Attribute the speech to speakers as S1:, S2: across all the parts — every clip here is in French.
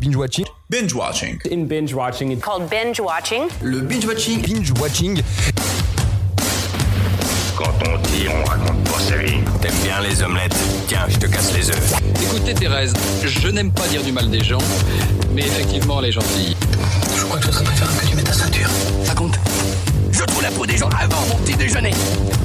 S1: binge watching,
S2: Binge watching.
S3: In binge watching, it
S4: called binge watching.
S2: Le binge watching.
S1: binge watching,
S5: Quand on dit, on raconte pas sa vie. T'aimes bien les omelettes Tiens, je te casse les œufs.
S6: Écoutez Thérèse, je n'aime pas dire du mal des gens, mais effectivement elle est gentille.
S5: Je crois que ce serait préférable que tu mettes ta ceinture. Ça compte Je trouve la peau des gens avant mon petit déjeuner.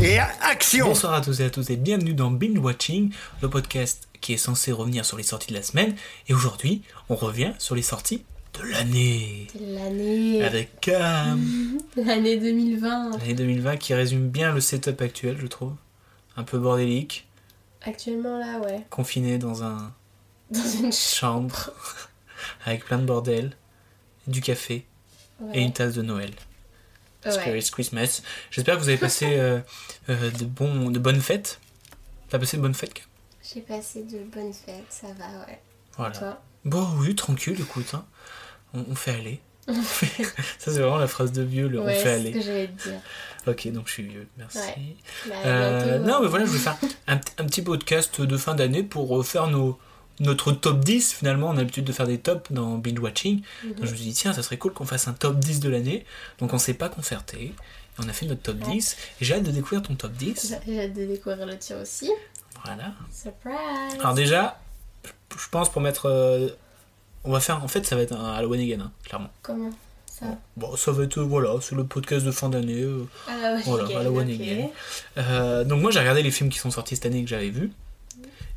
S7: Et action
S8: Bonsoir à tous et à toutes et bienvenue dans Binge Watching, le podcast qui est censé revenir sur les sorties de la semaine. Et aujourd'hui, on revient sur les sorties de l'année.
S9: L'année
S8: Avec Cam,
S9: l'année 2020
S8: l'année 2020 qui résume bien le setup actuel, je trouve. Un peu bordélique,
S9: actuellement là ouais
S8: confiné dans un
S9: dans une ch-
S8: chambre avec plein de bordel, du café et
S9: ouais.
S8: une tasse de Noël. Spirit
S9: ouais.
S8: Christmas. J'espère que vous avez passé euh, euh, de, bons, de bonnes fêtes. T'as passé de bonnes fêtes, Cam
S9: J'ai passé de bonnes fêtes, ça va ouais.
S8: Voilà.
S9: Toi
S8: Bon, oui, tranquille, écoute. hein. On, on fait aller. Ça, c'est vraiment la phrase de vieux, le
S9: Ouais,
S8: on fait
S9: c'est ce que
S8: aller.
S9: j'allais te dire.
S8: Ok, donc je suis vieux, merci.
S9: Ouais. Bah,
S8: Euh,
S9: bientôt,
S8: non,
S9: ouais.
S8: mais voilà, je vais faire un, p- un petit podcast de fin d'année pour euh, faire nos, notre top 10. Finalement, on a l'habitude de faire des tops dans Binge Watching.
S9: Mhm.
S8: Donc, je me suis dit, tiens, ça serait cool qu'on fasse un top 10 de l'année. Donc, on s'est pas concerté. Et On a fait notre top 10. Et j'ai hâte de découvrir ton top 10.
S9: J'ai j'ai hâte de découvrir le tien aussi.
S8: Voilà.
S9: Surprise
S8: Alors déjà, je- je pense pour mettre... euh, on va faire... En fait, ça va être un Halloween again, hein, clairement.
S9: Comment ça
S8: Bon, ça va être... euh, voilà, c'est le podcast de fin d'année. euh.
S9: Ah la one
S8: Voilà,
S9: again,
S8: à la one
S9: ok.
S8: again. Euh, donc moi, j'ai regardé les films qui sont sortis cette année que j'avais vus.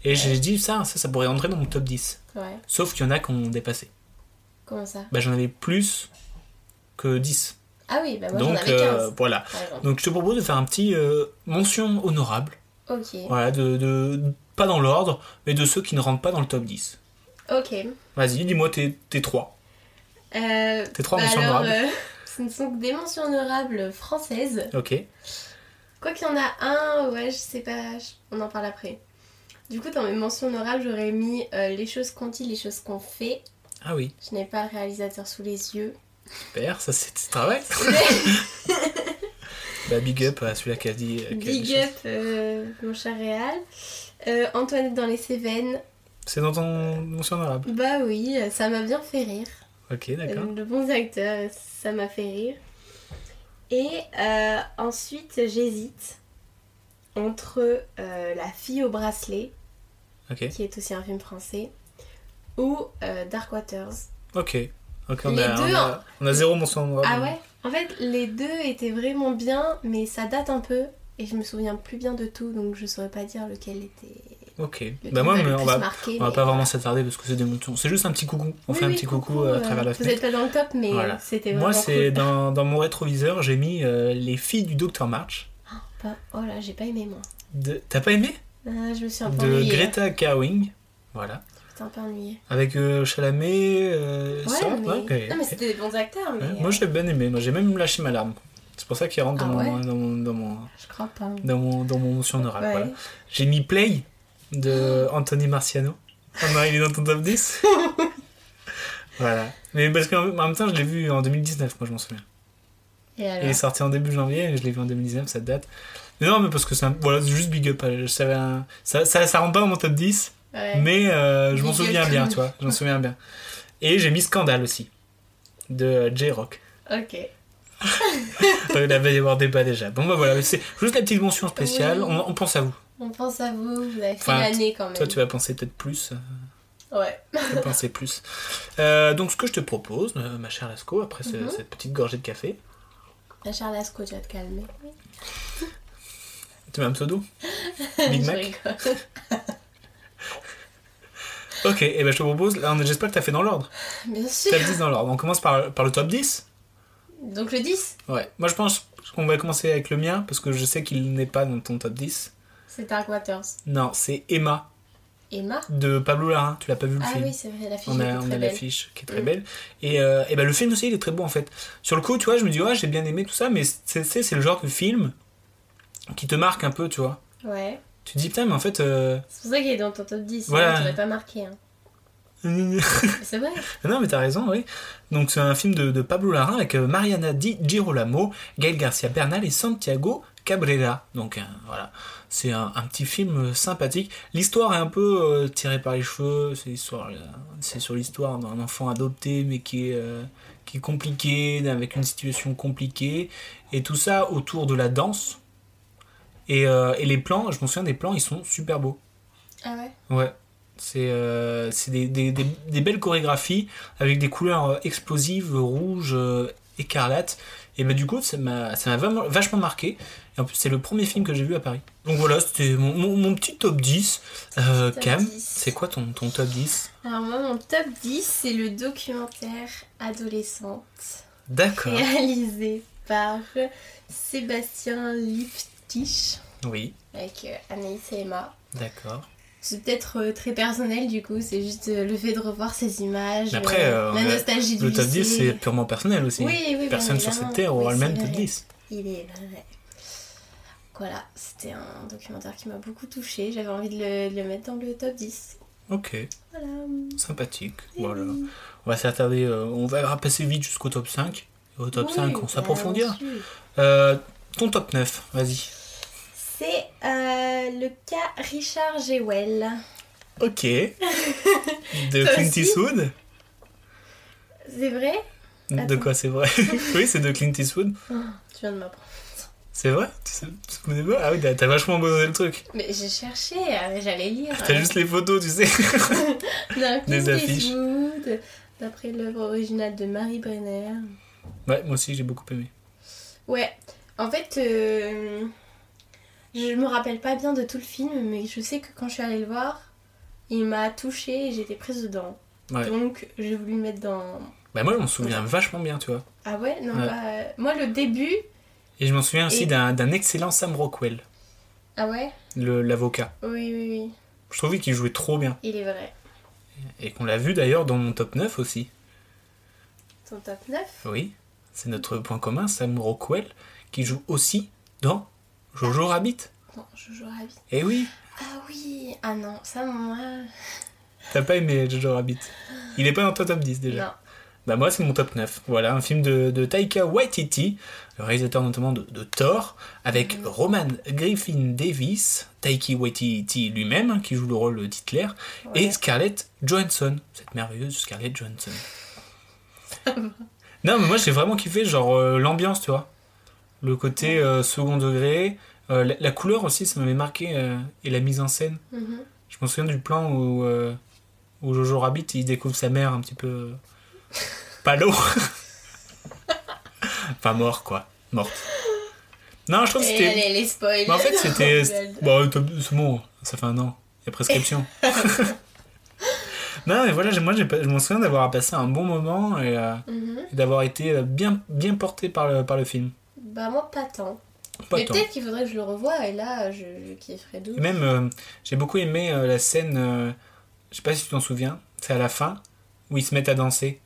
S8: Et j'ai dit, ça, ça, ça pourrait entrer dans mon top 10.
S9: Ouais,
S8: Sauf qu'il y en a qui ont dépassé.
S9: comment ça
S8: Bah, j'en avais plus que 10.
S9: Ah oui, bah moi j'en
S8: donc,
S9: avais
S8: euh,
S9: 15.
S8: voilà.
S9: par exemple.
S8: Donc, je te propose de faire un petit euh, mention honorable.
S9: Ok,
S8: Voilà, de, de- Pas dans l'ordre, mais de ceux qui ne rentrent pas dans le top 10.
S9: ok.
S8: Vas-y, dis-moi tes tes trois.
S9: Euh,
S8: T'es trois
S9: bah
S8: mentions
S9: alors,
S8: honorables.
S9: euh, ce ne sont que des mentions honorables françaises.
S8: Ok.
S9: Quoi qu'il y en a un, ouais, je sais pas, je- on en parle après. Du coup, dans mes mentions honorables, j'aurais mis euh, les choses qu'on dit, les choses qu'on fait.
S8: Ah oui,
S9: Je n'ai pas le réalisateur sous les yeux.
S8: super, ça c'est du travail. bah, big up à celui-là qui a dit. euh, qui a dit
S9: Big
S8: les
S9: up,
S8: choses.
S9: euh, mon cher Réal. Euh, Antoinette dans les Cévennes.
S8: C'est dans ton mention honorable.
S9: Bah oui, euh, ça m'a bien fait rire.
S8: Ok, d'accord.
S9: Euh, De bons acteurs, ça m'a fait rire. Et euh, ensuite, j'hésite entre euh, La fille au bracelet,
S8: Ok.
S9: qui est aussi un film français, ou euh, Dark Waters.
S8: Ok. Ok, on,
S9: Les
S8: a,
S9: deux,
S8: on, a, on a zéro mention honorable.
S9: Ah ouais En fait, les deux étaient vraiment bien, mais ça date un peu. Et je me souviens plus bien de tout, donc je saurais pas dire lequel était.
S8: Ok.
S9: lequel
S8: Bah, moi,
S9: m'a le
S8: mais
S9: plus
S8: on va,
S9: marqué,
S8: on va
S9: mais-
S8: pas vraiment s'attarder parce que c'est des mentions. C'est juste un petit coucou. On
S9: Oui,
S8: fait un
S9: oui,
S8: petit coucou, euh, à travers la
S9: Vous êtes
S8: fenêtre.
S9: pas dans le top, mais
S8: Voilà.
S9: c'était vraiment.
S8: Moi, c'est
S9: cool.
S8: dans, dans mon rétroviseur, j'ai mis euh, Les filles du Dr. March.
S9: Bah, oh là, j'ai pas aimé moi.
S8: de- T'as pas aimé
S9: Ah, je me suis un peu
S8: De
S9: ennuyée.
S8: Greta Garwing. Voilà.
S9: J'étais un peu ennuyée.
S8: Avec euh, Chalamet. euh,
S9: Ouais,
S8: ça,
S9: mais.
S8: ouais, ok.
S9: Non, mais c'était des bons acteurs, mais. euh,
S8: Ouais, Moi j'ai bien aimé, moi j'ai même lâché ma larme. C'est pour ça qu'il rentre dans,
S9: Ah
S8: mon,
S9: ouais
S8: dans, mon, dans, mon,
S9: Je crois pas.
S8: dans, mon, dans mon mention honorable.
S9: Ouais.
S8: voilà. J'ai mis Play de Anthony Marciano. Oh non, il est dans ton top 10 Voilà. Mais parce qu'en en même temps, je l'ai vu en 2019, moi je m'en souviens.
S9: Et alors
S8: Il est sorti en début janvier et je l'ai vu en 2019, cette date. Mais non, mais parce que c'est un- voilà, c'est juste big up. euh, Ça, va- ça, ça, ça rentre pas dans mon top 10,
S9: Ouais.
S8: mais euh, je m'en
S9: Big up
S8: souviens
S9: quand
S8: bien,
S9: même.
S8: tu vois. Je m'en souviens bien. Et j'ai mis Scandale aussi, de euh, J-Rock.
S9: Ok.
S8: Euh, Il avait y avoir débat déjà. Bon bah voilà, mais c'est juste la petite mention spéciale.
S9: Oui.
S8: On, on pense à vous.
S9: On pense à vous, vous avez fait
S8: Enfin,
S9: l'année quand même.
S8: Toi, tu vas penser peut-être plus. euh,
S9: Ouais.
S8: Tu vas penser plus. Euh, donc, ce que je te propose, euh, ma chère Lasco, après
S9: Mhm.
S8: ce- cette petite gorgée de café,
S9: La Charles Asco, tu vas te calmer.
S8: tu mets un pseudo Big
S9: Je
S8: Mac
S9: rigole.
S8: Ok, et ben je te propose, là, on- j'espère que t'as fait dans l'ordre.
S9: Bien sûr.
S8: Top 10 dans l'ordre. On commence par, par le top 10
S9: Donc le 10,
S8: Ouais. Moi, je pense qu'on va commencer avec le mien, parce que je sais qu'il n'est pas dans ton top 10.
S9: c'est Dark Waters.
S8: Non, c'est Emma
S9: Emma
S8: de Pablo Larrain. Tu l'as pas vu le
S9: Ah
S8: film
S9: oui, c'est vrai, la fille
S8: On
S9: était
S8: a, on
S9: très
S8: a
S9: belle.
S8: l'affiche qui est très
S9: Mm.
S8: belle. Et, euh, et ben, le film aussi, il est très beau en fait. Sur le coup, tu vois, je me dis, ouais, j'ai bien aimé tout ça, mais c'est c'est- c'est le genre de film qui te marque un peu, tu vois.
S9: Ouais.
S8: Tu te dis, putain, mais en fait. euh,
S9: C'est pour ça qu'il est dans ton top 10.
S8: Voilà.
S9: Voilà. J'aurais pas marqué. Hein. C'est vrai.
S8: non, mais t'as raison, oui. Donc, c'est un film de, de Pablo Larrain avec euh, Mariana Di Girolamo, Gaël Garcia Bernal et Santiago Cabrera. Donc euh, voilà, c'est un, un petit film euh, sympathique. L'histoire est un peu euh, tirée par les cheveux. C'est l'histoire, euh, c'est sur l'histoire d'un enfant adopté mais qui est, euh, qui est compliqué, avec une situation compliquée. Et tout ça autour de la danse. Et, euh, et les plans, je m'en souviens des plans, ils sont super beaux.
S9: Ah ouais
S8: Ouais. C'est euh, c'est des, des- des- des belles chorégraphies avec des couleurs euh, explosives, rouges, euh, écarlates. Et bah, du coup, ça m'a ça m'a vraiment- vachement marqué. Et en plus, c'est le premier film que j'ai vu à Paris. Donc voilà, c'était mon, mon- mon petit top 10. Euh,
S9: Top
S8: Cam,
S9: 10.
S8: c'est quoi ton, ton top 10
S9: Alors moi, mon top 10, c'est le documentaire Adolescente,
S8: D'accord.
S9: réalisé par Sébastien Liptich,
S8: Oui,
S9: avec euh, Anaïs et Emma.
S8: d'accord.
S9: C'est peut-être euh, très personnel du coup, c'est juste euh, le fait de revoir ces images,
S8: Mais après,
S9: euh,
S8: euh,
S9: la
S8: on a-
S9: nostalgie du
S8: Le top 10,
S9: lycée.
S8: c'est purement personnel aussi.
S9: Oui, oui, bien
S8: Personne sur cette
S9: évidemment.
S8: terre aura
S9: Oui,
S8: le même
S9: c'est
S8: top
S9: vrai.
S8: 10.
S9: Il est vrai. Voilà, c'était un documentaire qui m'a beaucoup touchée. J'avais envie de le, de le mettre dans le top 10.
S8: Ok,
S9: Voilà.
S8: sympathique. Voilà. On va s'attarder, euh, on va passer vite jusqu'au top 5. Et au top
S9: Oui,
S8: 5, on
S9: bah,
S8: s'approfondira.
S9: oui.
S8: Euh, ton top 9, vas-y.
S9: C'est euh, le cas Richard Jewell.
S8: Ok. De
S9: Toi
S8: Clint
S9: aussi
S8: Eastwood
S9: C'est vrai
S8: De quoi c'est vrai Oui, c'est de Clint Eastwood.
S9: Tu viens de m'apprendre.
S8: C'est vrai Tu sais- tu te souvenais pas Ah oui, t'as t'as vachement bossé le truc.
S9: Mais j'ai cherché, euh, j'allais lire.
S8: T'as juste les photos, tu sais.
S9: D'un
S8: des
S9: Clint
S8: affiches.
S9: Eastwood, D'après l'œuvre originale de Marie Brenner.
S8: Ouais, moi aussi j'ai beaucoup aimé.
S9: Ouais, en fait, euh, je me rappelle pas bien de tout le film, mais je sais que quand je suis allée le voir, il m'a touchée et j'étais prise dedans.
S8: Ouais.
S9: Donc, j'ai voulu le mettre dans.
S8: Bah moi je m'en souviens vachement bien, tu vois.
S9: Ah ouais Non,
S8: Ouais.
S9: bah, euh, Moi, le début.
S8: Et je m'en souviens aussi
S9: Et-
S8: d'un d'un excellent Sam Rockwell,
S9: Ah ouais
S8: le- l'avocat.
S9: Oui, oui, oui,
S8: Je trouvais qu'il jouait trop bien.
S9: il est vrai.
S8: Et qu'on l'a vu d'ailleurs dans mon top 9 aussi.
S9: Ton top 9
S8: Oui, c'est notre point commun, Sam Rockwell, qui joue aussi dans Jojo Rabbit.
S9: Non, Jojo Rabbit.
S8: Eh oui
S9: Ah oui Ah non, ça, moi.
S8: T'as pas aimé Jojo Rabbit Il est pas dans ton top 10 déjà
S9: Non.
S8: Bah moi c'est mon top 9. Voilà, un film de, de Taika Waititi, le réalisateur notamment de, de Thor, avec Roman Griffin Davis, Taiki Waititi lui-même, hein, qui joue le rôle d'Hitler, et Scarlett Johansson, cette merveilleuse Scarlett Johansson. non mais moi j'ai vraiment kiffé genre euh, l'ambiance, tu vois. Le côté euh, second degré, euh, la, la couleur aussi ça m'avait marqué, euh, et la mise en scène.
S9: Mhm.
S8: Je me souviens du plan où, euh, où Jojo Rabbit il découvre sa mère un petit peu euh, pas l'eau. enfin mort quoi, morte. Non, je trouve que
S9: Et
S8: c'était.
S9: allez, les spoilers.
S8: Mais en fait, c'était. bah,
S9: Rebelle.
S8: Bon, top- c'est bon, ça fait un an. Il y a prescription. non, mais voilà, j'ai- moi j'ai pas- je m'en souviens d'avoir passé un bon moment et, euh,
S9: Mhm.
S8: et d'avoir été euh, bien, bien porté par le, par le film.
S9: Bah, moi, pas tant.
S8: Pas
S9: mais
S8: tant.
S9: peut-être qu'il faudrait que je le revoie et là, je, je kifferais d'où.
S8: Et Même, euh, j'ai beaucoup aimé euh, la scène, euh, je sais pas si tu t'en souviens, c'est à la fin, où ils se mettent à danser.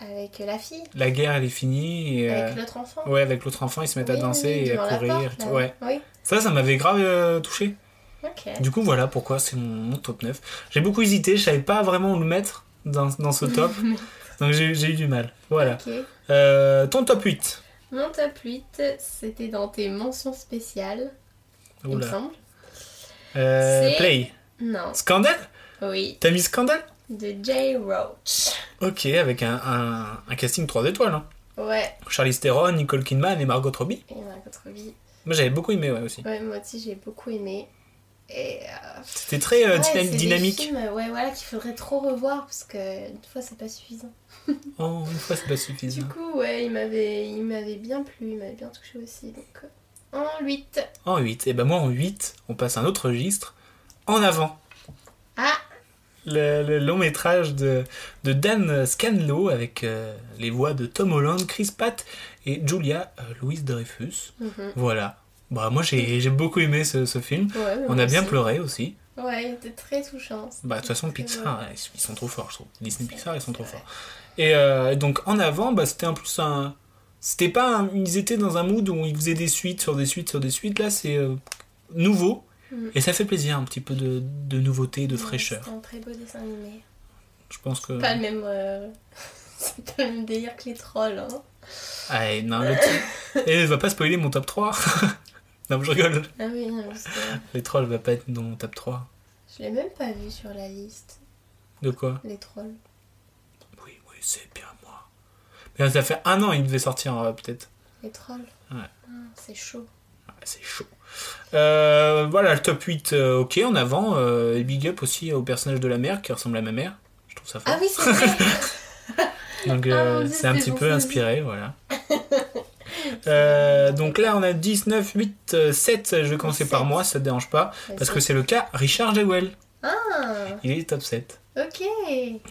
S9: Avec la fille,
S8: La guerre, elle est finie. Et, euh,
S9: avec l'autre enfant.
S8: ouais, avec l'autre enfant, ils se mettent à
S9: Oui,
S8: danser
S9: oui,
S8: et
S9: devant
S8: à
S9: la
S8: courir.
S9: porte,
S8: et tout.
S9: là.
S8: ouais.
S9: Oui,
S8: Ça, ça m'avait grave euh, touché.
S9: ok.
S8: Du coup, voilà pourquoi c'est mon, mon top 9. J'ai beaucoup hésité, je savais pas vraiment où le mettre dans, dans ce top. donc j'ai j'ai eu du mal. Voilà.
S9: Ok.
S8: Euh, ton top 8.
S9: Mon top 8, c'était dans tes mentions spéciales, il me
S8: Oula.
S9: semble.
S8: Euh,
S9: C'est-
S8: play.
S9: Non,
S8: Scandale
S9: oui,
S8: T'as mis Scandale
S9: de Jay Roach.
S8: Ok, avec un, un- un casting 3 étoiles. Hein.
S9: Ouais,
S8: Charlize Theron, Nicole Kidman et Margot Robbie.
S9: et Margot Robbie.
S8: Moi j'avais beaucoup aimé, ouais, aussi.
S9: Ouais, moi aussi, j'ai beaucoup aimé. Et euh,
S8: C'était très euh,
S9: ouais,
S8: dyna-
S9: c'est des
S8: dynamique.
S9: films, euh, ouais, voilà, qu'il faudrait trop revoir parce que une fois, c'est pas suffisant.
S8: Oh, une fois c'est pas
S9: Du
S8: suffisant.
S9: coup, ouais, il m'avait, il m'avait bien plu, il m'avait bien touché aussi. Donc, euh, en 8.
S8: En 8. Et ben moi en 8, on passe à un autre registre. En avant.
S9: Ah,
S8: Le, le long métrage de, de Dan Scanlo avec euh, les voix de Tom Holland, Chris Pratt et Julia euh, Louise Dreyfus.
S9: mhm.
S8: Voilà. Bah, moi j'ai j'ai beaucoup aimé ce, ce film.
S9: Ouais, mais
S8: On
S9: moi
S8: a bien
S9: aussi.
S8: pleuré aussi.
S9: Ouais, il était très touchant.
S8: Bah, de toute façon,
S9: Très
S8: Pixar, ouais, ils sont trop forts, je trouve. Disney
S9: C'est-
S8: Pixar, ils sont trop
S9: c'est
S8: forts. Et euh, donc, en avant, bah, c'était un plus un. C'était pas. un- Ils étaient dans un mood où ils faisaient des suites sur des suites sur des suites. Là, c'est euh, nouveau.
S9: Mm.
S8: Et ça fait plaisir, un petit peu de, de nouveauté, de
S9: Ouais,
S8: fraîcheur.
S9: C'est un très beau dessin animé.
S8: Je pense que.
S9: Pas le même. euh, c'est pas le même délire que les trolls. Hein.
S8: Ah, et non, le petit- Et elle va pas spoiler mon top 3. non, mais je rigole.
S9: Ah oui, non, parce que
S8: Les trolls va pas être dans mon top 3.
S9: je l'ai même pas vu sur la liste,
S8: De quoi
S9: les trolls.
S8: Oui, oui, c'est bien moi. Mais ça fait un an il devait sortir, euh, peut-être.
S9: Les trolls
S8: Ouais.
S9: Ah, C'est chaud.
S8: Ah, c'est chaud. Euh, voilà, le top 8, euh, ok, en avant. euh, et big up aussi au personnage de la mère qui ressemble à ma mère. Je trouve ça fort.
S9: Ah oui, c'est vrai
S8: Donc euh,
S9: Ah, mon Dieu,
S8: c'est un
S9: c'est
S8: petit
S9: bon,
S8: peu
S9: ça.
S8: inspiré, voilà. Euh, donc là on a 19, 8, euh, 7, je vais commencer par
S9: Sept.
S8: moi, ça te dérange pas,
S9: Bah,
S8: parce que c'est le cas Richard Jewell,
S9: Ah,
S8: il est top 7.
S9: ok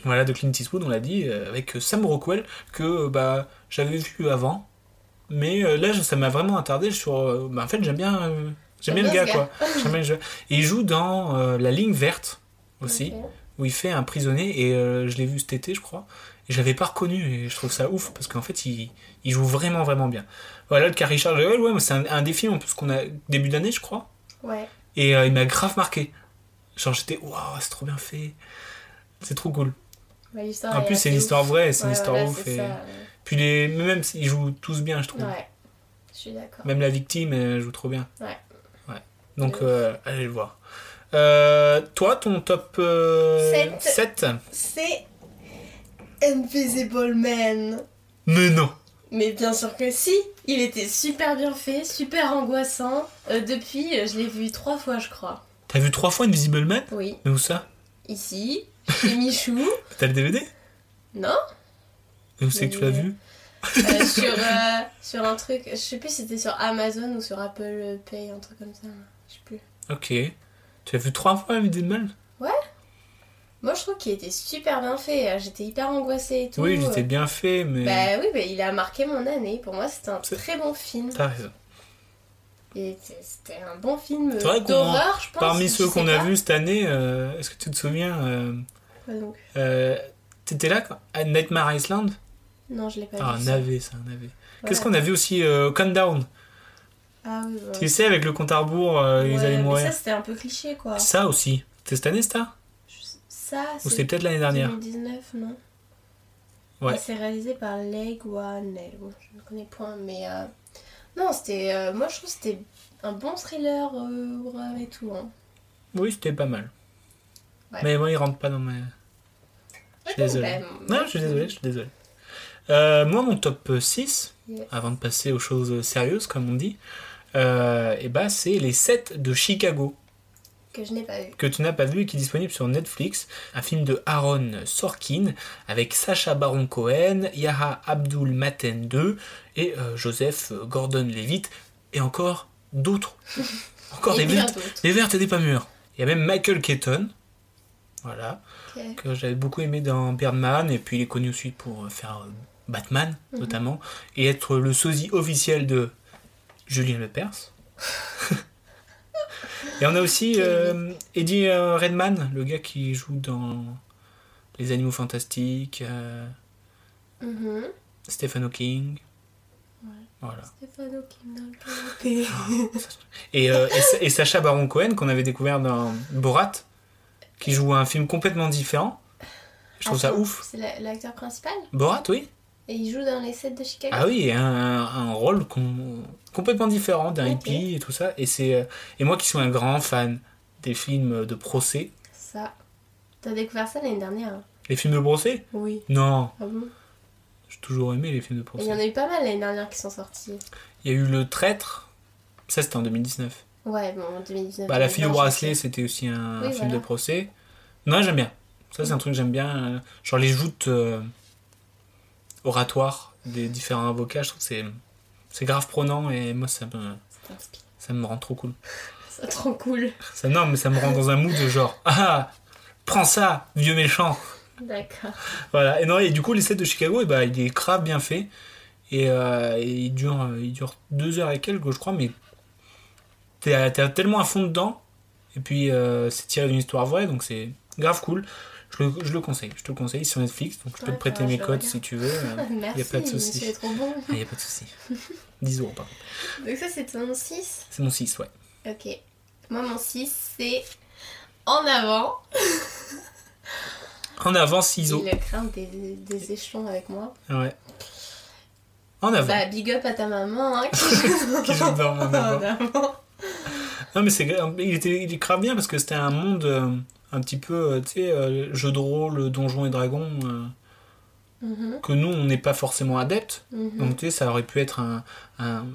S8: Voilà, de Clint Eastwood, on l'a dit, euh, avec Sam Rockwell, que euh, bah, j'avais vu avant, mais euh, là je- ça m'a vraiment attardé sur... euh, bah, en fait j'aime bien, euh, j'aime bien le gars, quoi. J'aime bien le jeu. Et il joue dans euh, La Ligne Verte aussi
S9: Ok.
S8: où il fait un prisonnier et euh, je l'ai vu cet été je crois et je l'avais pas reconnu et je trouve ça ouf parce qu'en fait il, il joue vraiment vraiment bien voilà le cas Richard Jewell ouais mais c'est un, un des films en plus qu'on a début d'année je crois
S9: Ouais.
S8: et euh, il m'a grave marqué genre j'étais waouh c'est trop bien fait c'est trop cool
S9: Bah, l'histoire
S8: en
S9: est
S8: plus c'est une
S9: assez
S8: histoire
S9: ouf.
S8: vraie c'est
S9: Ouais,
S8: une histoire
S9: voilà,
S8: ouf
S9: c'est
S8: et
S9: ça.
S8: puis les même ils jouent tous bien je trouve
S9: Ouais, je suis d'accord.
S8: même la victime elle joue trop bien
S9: Ouais.
S8: Ouais. donc
S9: De ouf.
S8: euh, allez le voir Euh, toi ton top euh,
S9: Sept.
S8: 7
S9: C'est Invisible Man.
S8: mais non
S9: Mais bien sûr que si, il était super bien fait, super angoissant. Euh, depuis, euh, je l'ai vu trois fois, je crois.
S8: T'as vu trois fois Invisible Man
S9: Oui,
S8: Mais où ça
S9: ici, chez Michou.
S8: T'as le DVD
S9: Non
S8: Mais où c'est que tu l'as
S9: Mais-
S8: vu
S9: Euh, sur, euh, sur un truc, je sais plus si c'était sur Amazon ou sur Apple Pay, un truc comme ça. Je sais plus.
S8: Ok. Tu as vu trois fois Invisible Man
S9: Moi, je trouve qu'il était super bien fait. Euh, J'étais hyper angoissée et tout.
S8: Oui, il était bien fait, mais.
S9: Bah oui, bah, il a marqué mon année. Pour moi, c'était un
S8: C'est-
S9: très bon film.
S8: T'as raison.
S9: Et c'est- C'était un bon film euh,
S8: C'est vrai qu'on-
S9: d'horreur, je pense.
S8: Parmi
S9: je
S8: ceux
S9: sais
S8: qu'on a
S9: pas.
S8: vus cette année, euh, est-ce que tu te souviens euh,
S9: Ouais, donc,
S8: euh, T'étais là quand- à Nightmare Island
S9: Non, je l'ai pas
S8: Ah, un
S9: vu. ça.
S8: navet, c'est un navet. Qu'est-ce
S9: Voilà.
S8: qu'on a vu aussi euh, Countdown
S9: Ah oui, bah,
S8: Tu sais, avec le compte à rebours, euh, ils
S9: ouais,
S8: allaient
S9: mais
S8: mourir.
S9: Ça, c'était un peu cliché, quoi.
S8: Ça aussi. C'était cette année, ça
S9: Je- Ça,
S8: Ou
S9: c'est
S8: c'était peut-être l'année dernière
S9: 2019, non
S8: Ouais.
S9: Et C'est réalisé par Leg Wanell. Bon, je ne connais point, mais. euh, Non, c'était. euh, Moi, je trouve que c'était un bon thriller euh, horreur et tout. hein.
S8: Oui, c'était pas mal.
S9: Ouais.
S8: Mais moi, il rentre pas dans ma. Je suis désolé.
S9: Ouais,
S8: Non, je suis désolé, je suis désolé. Euh, moi, mon top 6,
S9: Yes.
S8: avant de passer aux choses sérieuses, comme on dit, euh, eh ben, c'est les 7 de Chicago,
S9: Que je n'ai pas vu.
S8: que tu n'as pas vu et qui est disponible sur Netflix. Un film de Aaron Sorkin, avec Sacha Baron Cohen, Yaha Abdul Maten II et euh, Joseph Gordon-Levitt, et encore d'autres. Encore
S9: Et
S8: des
S9: bien
S8: vertes,
S9: d'autres.
S8: des vertes et des pas mûres. Il y a même Michael Keaton. Voilà
S9: Ok.
S8: que j'avais beaucoup aimé dans Birdman, et puis il est connu aussi pour euh, faire euh, Batman, notamment, et être le sosie officiel de Julien Lepers. et on a aussi euh, Eddie euh, Redman, le gars qui joue dans Les Animaux Fantastiques, euh,
S9: Mhm.
S8: Stephen Hawking. Voilà.
S9: Stéphano qui me donne le canapé.
S8: Et, euh, et Sa- et Sacha Baron Cohen, qu'on avait découvert dans Borat, qui joue un film complètement différent. Je trouve ça
S9: Attends,
S8: ouf.
S9: C'est la- l'acteur principal
S8: Borat, oui
S9: Et il joue dans les sets de Chicago
S8: Ah oui, un, un rôle com- complètement différent d'un
S9: Ok.
S8: hippie et tout ça. Et, c'est, euh, et moi qui suis un grand fan des films de procès.
S9: Ça. T'as découvert ça l'année dernière hein
S8: Les films de procès
S9: Oui.
S8: Non,
S9: Ah bon
S8: j'ai toujours aimé les films de
S9: Et
S8: procès.
S9: Il y en a eu pas mal l'année dernière qui sont sortis.
S8: Il y a eu Le Traître, ça c'était en 2019.
S9: Ouais, bon, en 2019.
S8: Bah, la fille au
S9: 2020,
S8: bracelet,
S9: je
S8: c'était aussi un
S9: Oui,
S8: film
S9: voilà. Mm.
S8: de procès. Non, j'aime bien. Ça, c'est un truc que j'aime bien. euh, Genre les joutes euh, oratoires des différents avocats, je trouve que c'est, c'est grave prenant et moi ça me,
S9: sais. Ça t'inspire.
S8: ça me rend trop cool.
S9: C'est trop cool.
S8: Ça, non, mais ça me rend dans un mood de genre Ah, prends ça, vieux méchant.
S9: D'accord.
S8: Voilà. Et non, et du coup, les sets de Chicago, et bah, il est grave bien fait. Et, euh, et il, dure, euh, il dure deux heures et quelques, je crois, mais t'es à- t'es tellement à fond dedans. Et puis, euh, c'est tiré d'une histoire vraie, donc c'est grave cool. Je le, je le conseille, je te le conseille sur Netflix, donc je peux
S9: Ouais,
S8: te prêter
S9: faudra que
S8: mes
S9: je le
S8: codes
S9: regarde.
S8: si tu veux. Il
S9: Merci.
S8: y a pas de
S9: monsieur,
S8: souci.
S9: C'est trop bon.
S8: n'y a pas de souci. 10 euros, pardon.
S9: Donc, ça, c'est ton 6.
S8: C'est mon 6, ouais.
S9: Ok. Moi, mon 6, c'est En avant.
S8: En avant, ciseaux.
S9: Il craint des, des échelons avec moi.
S8: Ouais. En avant.
S9: Bah, big up à ta maman, hein, qui joue
S8: Ah Qui joue dans mon avant.
S9: en avant.
S8: Non, mais c'est grave- il était il est grave bien parce que c'était un monde euh, un petit peu, euh, tu sais, euh, jeu de rôle, donjons et dragons, euh,
S9: Mhm,
S8: que nous, on n'est pas forcément adeptes.
S9: mhm.
S8: Donc, tu sais, ça aurait pu être un, un,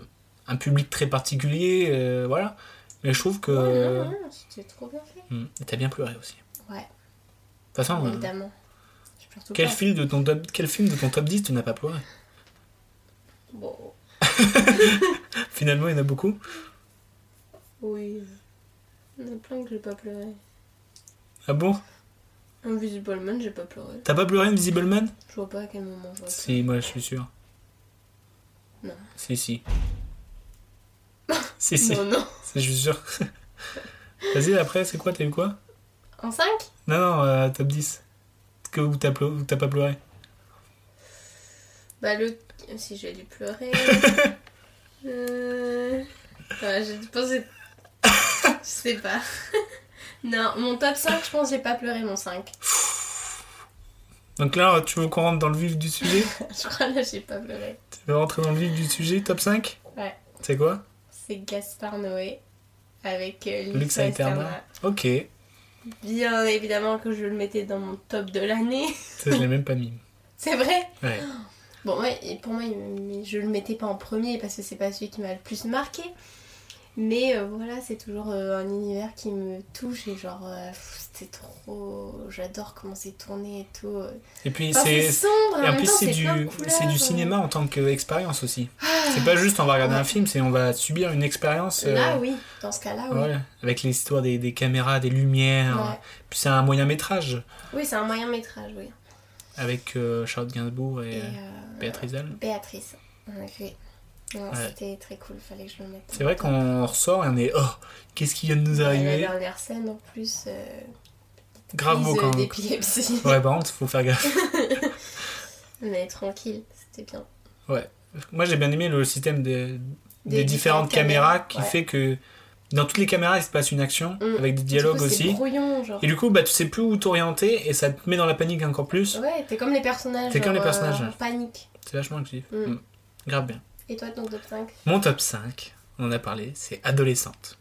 S8: un public très particulier, euh, voilà. Mais je trouve que.
S9: Ouais, Oh, non, non, c'était trop bien fait.
S8: Hmm, et t'as bien pleuré aussi.
S9: Ouais.
S8: De toute façon, euh,
S9: Évidemment. Je pleure tout le
S8: quel
S9: temps.
S8: film, de ton top, quel film de ton top 10 tu n'as pas pleuré
S9: Bon,
S8: Finalement, il y en a beaucoup.
S9: oui. Il y en a plein que j'ai pas pleuré.
S8: Ah bon
S9: Invisible Man, j'ai pas pleuré.
S8: T'as pas pleuré Invisible Man
S9: Je vois pas à quel moment je vois. ça.
S8: Si, moi je suis sûr.
S9: Non.
S8: Si, si. si, si,
S9: Non, non.
S8: c'est- je suis sûr. Vas-y, après, c'est quoi T'as eu quoi
S9: En 5
S8: Non, non, euh, top 10. Que, où t'as pleu- où t'as pas pleuré
S9: Bah, le. Si j'allais pleurer. euh. Ouais, je pense que- Je sais pas. non, mon top 5, je pense que j'ai pas pleuré mon 5.
S8: Donc là, tu veux qu'on rentre dans le vif du sujet
S9: Je crois là, j'ai pas pleuré.
S8: Tu veux rentrer dans le vif du sujet, top 5
S9: Ouais.
S8: C'est quoi
S9: C'est Gaspard Noé avec euh,
S8: Lux
S9: Lisa
S8: Aeterna.
S9: Esterna.
S8: Ok,
S9: Bien évidemment que je le mettais dans mon top de l'année.
S8: ça je l'ai même pas mis.
S9: C'est vrai
S8: Ouais.
S9: Bon, ouais, et pour moi, il- mais je le mettais pas en premier parce que c'est pas celui qui m'a le plus marqué. Mais euh, voilà, c'est toujours euh, un univers qui me touche et genre, euh, pff, c'était trop. J'adore comment c'est tourné et tout.
S8: Et puis
S9: Enfin, c'est
S8: c'est. Et
S9: sombre,
S8: en
S9: même
S8: plus,
S9: temps,
S8: c'est
S9: plein de
S8: du,
S9: couleurs,
S8: c'est du
S9: euh. Ah.
S8: cinéma en tant qu'expérience aussi. C'est pas juste on va regarder un film, c'est on va subir une expérience. euh,
S9: Là, Ah oui, dans ce cas-là, oui.
S8: ouais, avec les histoires des, des caméras, des lumières.
S9: Ouais.
S8: Puis c'est un moyen métrage
S9: Oui, c'est un moyen métrage, oui.
S8: avec euh, Charlotte Gainsbourg et,
S9: Et,
S8: euh,
S9: euh,
S8: Béatrice Dalle.
S9: Béatrice, en effet. Non,
S8: Ouais.
S9: C'était très cool, fallait que je le mette.
S8: C'est vrai qu'on ressort et on est oh, qu'est-ce qui vient de nous
S9: Et La
S8: arriver
S9: dernière scène en plus, euh,
S8: Grave beau
S9: prise, euh,
S8: quand même.
S9: d'épilepsie.
S8: Ouais, par contre, faut faire gaffe.
S9: Mais tranquille, c'était bien.
S8: Moi j'ai bien aimé le système des, des, différentes,
S9: différentes
S8: caméras,
S9: caméras,
S8: qui
S9: ouais.
S8: fait que dans toutes les caméras il se passe une action
S9: Mm.
S8: avec des
S9: Du
S8: dialogues
S9: coup, c'est
S8: aussi.
S9: brouillon, genre.
S8: Et du coup, bah, tu sais plus où t'orienter et ça te met dans la panique encore plus.
S9: Ouais, t'es comme les personnages.
S8: T'es comme les
S9: genre,
S8: personnages,
S9: euh,
S8: ouais.
S9: en panique.
S8: C'est vachement actif.
S9: Mm.
S8: Mm. Grave bien.
S9: Et toi, ton top 5
S8: Mon top 5, on en a parlé, c'est Adolescente.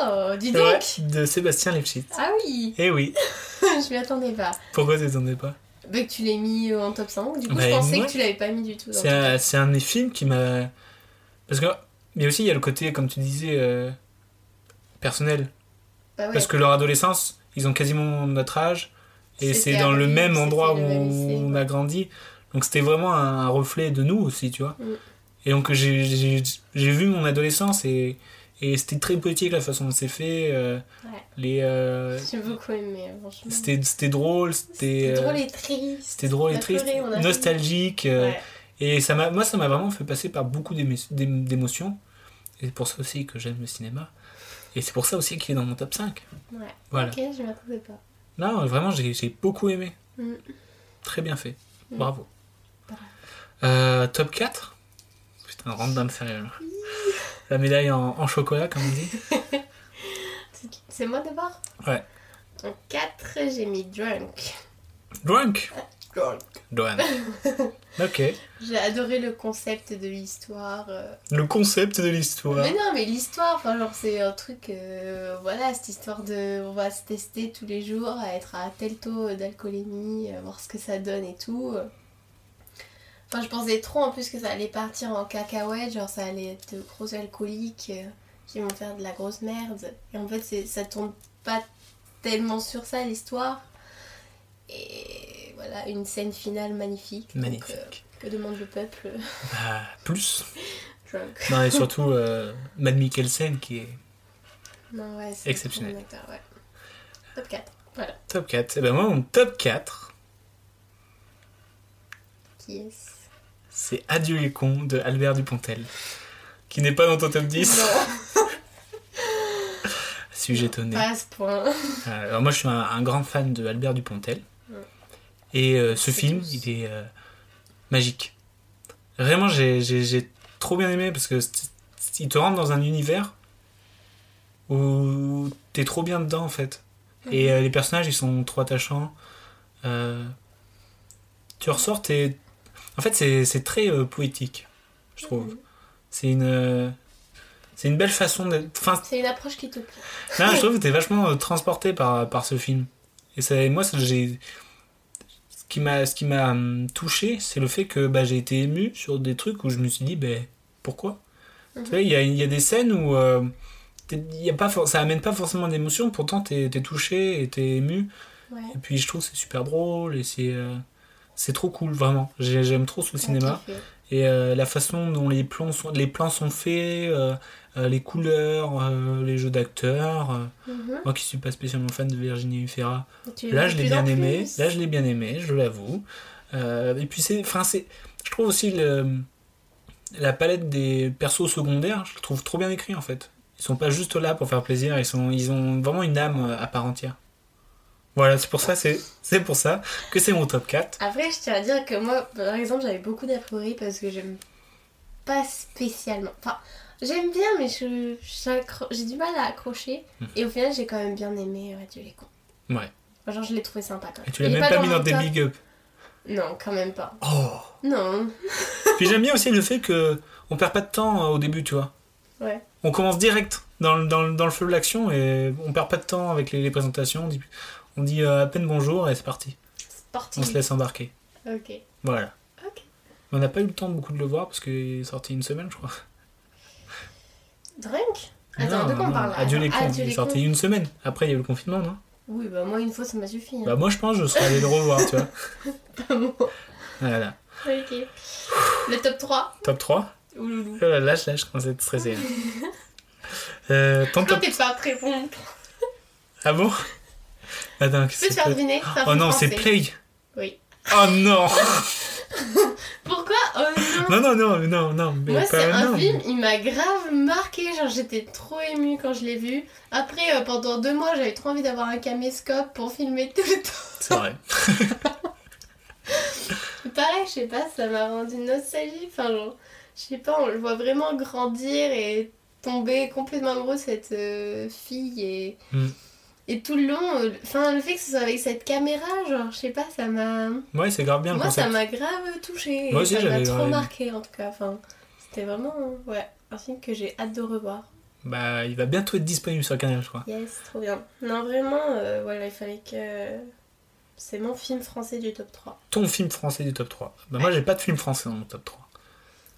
S9: Oh, dis donc
S8: Ouais, de Sébastien Lefschitz.
S9: Ah oui
S8: Eh oui,
S9: Je m'y attendais pas.
S8: pourquoi tu t'en es pas
S9: Bah, que tu l'aies mis euh, en top 5. Du coup,
S8: Bah,
S9: je pensais
S8: ouais.
S9: que tu l'avais pas mis du tout. dans
S8: C'est
S9: ton
S8: un,
S9: top.
S8: c'est un des films qui m'a. Parce que. Mais aussi, il y a le côté, comme tu disais, euh, personnel.
S9: Bah, ouais.
S8: Parce que leur adolescence, ils ont quasiment notre âge. Et
S9: C'était
S8: c'est dans
S9: à
S8: le
S9: Paris,
S8: même
S9: c'était
S8: endroit où
S9: le même lycée,
S8: on
S9: ouais.
S8: a grandi. Donc c'était vraiment un, un reflet de nous aussi, tu vois.
S9: Mm.
S8: Et donc j'ai- j'ai j'ai vu mon adolescence et, et c'était très poétique la façon dont c'est fait. euh,
S9: Ouais.
S8: les, euh,
S9: J'ai beaucoup aimé, euh, franchement.
S8: c'était c'était drôle,
S9: C'était
S8: c'était euh,
S9: drôle et triste.
S8: c'était drôle
S9: On
S8: et
S9: a
S8: triste,
S9: pleuré, on a ri.
S8: nostalgique. euh,
S9: Ouais.
S8: et ça m'a, moi, ça m'a vraiment fait passer par beaucoup d'émo- d'ém- d'émotions. Et c'est pour ça aussi que j'aime le cinéma. Et c'est pour ça aussi qu'il est dans mon top 5.
S9: Ouais.
S8: Voilà.
S9: Ok, je m'y attendais pas.
S8: Non, vraiment, j'ai j'ai beaucoup aimé.
S9: Mm.
S8: Très bien fait.
S9: Mm.
S8: Bravo.
S9: Bravo.
S8: Euh, top 4 Putain, on rentre dans le sérieux. là. La médaille en, en chocolat, comme on dit.
S9: C'est- C'est moi d'abord
S8: Ouais.
S9: En 4, j'ai mis Drunk.
S8: Drunk
S9: Drunk.
S8: Doan. Ok.
S9: J'ai adoré le concept de l'histoire. euh.
S8: Le concept de l'histoire.
S9: Mais non, mais l'histoire, enfin, genre, c'est un truc. euh, voilà, cette histoire de. On va se tester tous les jours, à être à tel taux d'alcoolémie, euh, voir ce que ça donne et tout. Enfin, je pensais trop en plus que ça allait partir en cacahuète, genre, ça allait être de gros alcooliques euh, qui vont faire de la grosse merde. Et en fait, c'est- ça tourne pas tellement sur ça l'histoire. Et voilà, une scène finale magnifique. donc, euh,
S8: Magnifique.
S9: que demande le peuple
S8: Bah, plus.
S9: Drunk.
S8: Non, et surtout, euh, Mad Mikkelsen qui est
S9: Non, ouais, c'est
S8: Exceptionnel.
S9: un acteur, ouais. Top 4. Voilà.
S8: top 4. Et ben moi, mon top 4,
S9: Qui est
S8: c'est Adieu les cons de Albert Dupontel. Qui n'est pas dans ton top 10.
S9: Non,
S8: Sujet tonné.
S9: pas à ce point.
S8: Euh, Alors moi je suis un, un grand fan de Albert Dupontel.
S9: Ouais.
S8: Et euh, ce
S9: C'est
S8: film,
S9: tous.
S8: il est euh, magique. Vraiment, j'ai j'ai- j'ai trop bien aimé parce que c'est- c'est- il te rentre dans un univers où t'es trop bien dedans en fait.
S9: Mhm.
S8: Et euh, les personnages, ils sont trop attachants. Euh, tu ressors, t'es... En fait, c'est c'est très euh, poétique. je
S9: Mhm.
S8: trouve. C'est une. euh, C'est une belle façon d'être. Enfin,
S9: C'est une approche qui te plaît.
S8: non, je trouve que t'es vachement euh, transporté par, par ce film. Et ça, moi, ça, j'ai. Ce qui m'a, ce qui m'a hum, touché, c'est le fait que bah, j'ai été ému sur des trucs où je me suis dit, ben, pourquoi Tu vois, il y a, il y a des scènes où euh, t'es- il y a pas for- ça amène pas forcément d'émotion, pourtant t'es, t'es touché et t'es ému.
S9: Ouais.
S8: Et puis je trouve que c'est super drôle et c'est, euh, c'est trop cool, vraiment. J'ai- j'aime trop ce cinéma.
S9: T'as kiffé.
S8: Et euh, la façon dont les plans sont, les plans sont faits, euh, euh, les couleurs, euh, les jeux d'acteurs. euh.
S9: Mhm.
S8: Moi qui suis pas spécialement fan de Virginie Hufera,
S9: Tu
S8: là
S9: l'aimes
S8: je
S9: de
S8: l'ai
S9: plus en
S8: bien aimé,
S9: plus.
S8: là je l'ai bien aimé, je l'avoue. Euh, et puis c'est, enfin c'est, je trouve aussi le, la palette des persos secondaires, je le trouve trop bien écrit en fait. Ils sont pas juste là pour faire plaisir, ils sont, ils ont vraiment une âme euh, à part entière. Voilà, c'est pour ça, c'est, c'est pour ça que c'est mon top 4.
S9: Après, je tiens à dire que moi, par exemple, j'avais beaucoup d'a priori parce que j'aime pas spécialement. Enfin, j'aime bien, mais je- j'accro- j'ai du mal à accrocher. Et au final, j'ai quand même bien aimé euh, Adieu les cons.
S8: Mhm. Ouais.
S9: Enfin, Genre, je l'ai trouvé sympa quand même.
S8: Et tu l'as
S9: Il est
S8: même pas, mis
S9: mon
S8: dans tes
S9: top.
S8: big up.
S9: Non, quand même pas.
S8: Oh.
S9: Non.
S8: Puis j'aime bien aussi le fait que on perd pas de temps euh, au début, tu vois.
S9: Ouais.
S8: On commence direct dans le, dans le, dans le feu de l'action et on perd pas de temps avec les, les présentations. On dit, on dit, euh, à peine bonjour et c'est parti.
S9: C'est
S8: On
S9: parti.
S8: se laisse embarquer.
S9: Ok.
S8: Voilà.
S9: Mm. Ok.
S8: On n'a pas eu le temps beaucoup de le voir parce qu'il est sorti une semaine, je crois.
S9: Drunk Attends,
S8: Non,
S9: Ah de quoi on
S8: non.
S9: parle là
S8: Adieu les
S9: Attends,
S8: cons. il
S9: Adieu
S8: est
S9: les
S8: sorti
S9: cons.
S8: une semaine. Après, il y a eu le confinement, non
S9: Oui, bah moi, une fois, ça m'a suffi. hein.
S8: Bah, moi, je pense que je serais allé le revoir, tu vois. Bah
S9: Bon.
S8: Voilà.
S9: ok. Le top 3
S8: Top 3.
S9: Ouloulou.
S8: Oh là là, là, je commence à être stressé. là. Euh, ton
S9: Toi,
S8: top.
S9: t'es pas très bon.
S8: Ah bon Attends,
S9: Je
S8: qu'est-ce
S9: peux te
S8: que
S9: faire
S8: c'est
S9: deviner c'est un
S8: Oh
S9: film
S8: non, c'est
S9: français.
S8: Play
S9: Ah, Oui.
S8: Oh non
S9: Pourquoi Oh non
S8: Non, non, non, non, non. Mais
S9: Moi,
S8: pas-
S9: c'est un
S8: non.
S9: film, il m'a grave marqué. Genre, j'étais trop émue quand je l'ai vu. Après, euh, pendant deux mois, j'avais trop envie d'avoir un caméscope pour filmer tout le temps.
S8: C'est vrai.
S9: Pareil, je sais pas, ça m'a rendu nostalgique. Enfin, genre, je sais pas, on le voit vraiment grandir et tomber complètement amoureux de cette euh, fille. Et,
S8: Mm.
S9: et tout le long, euh, le- enfin, le fait que ce soit avec cette caméra, genre, je sais pas, ça m'a.
S8: Ouais, c'est grave bien le
S9: Moi, ça
S8: concept.
S9: m'a grave touchée.
S8: Moi
S9: et
S8: aussi,
S9: ça m'a
S8: j'avais grave
S9: trop
S8: aimé.
S9: marqué en tout cas. Enfin, c'était vraiment euh, ouais, un film que j'ai hâte de revoir.
S8: Bah, il va bientôt être disponible sur Canal, je crois.
S9: Yes, trop bien. Non, vraiment, euh, voilà, il fallait que. C'est mon film français du top 3.
S8: Ton film français du top 3. Bah, moi, j'ai pas de film français dans mon top 3.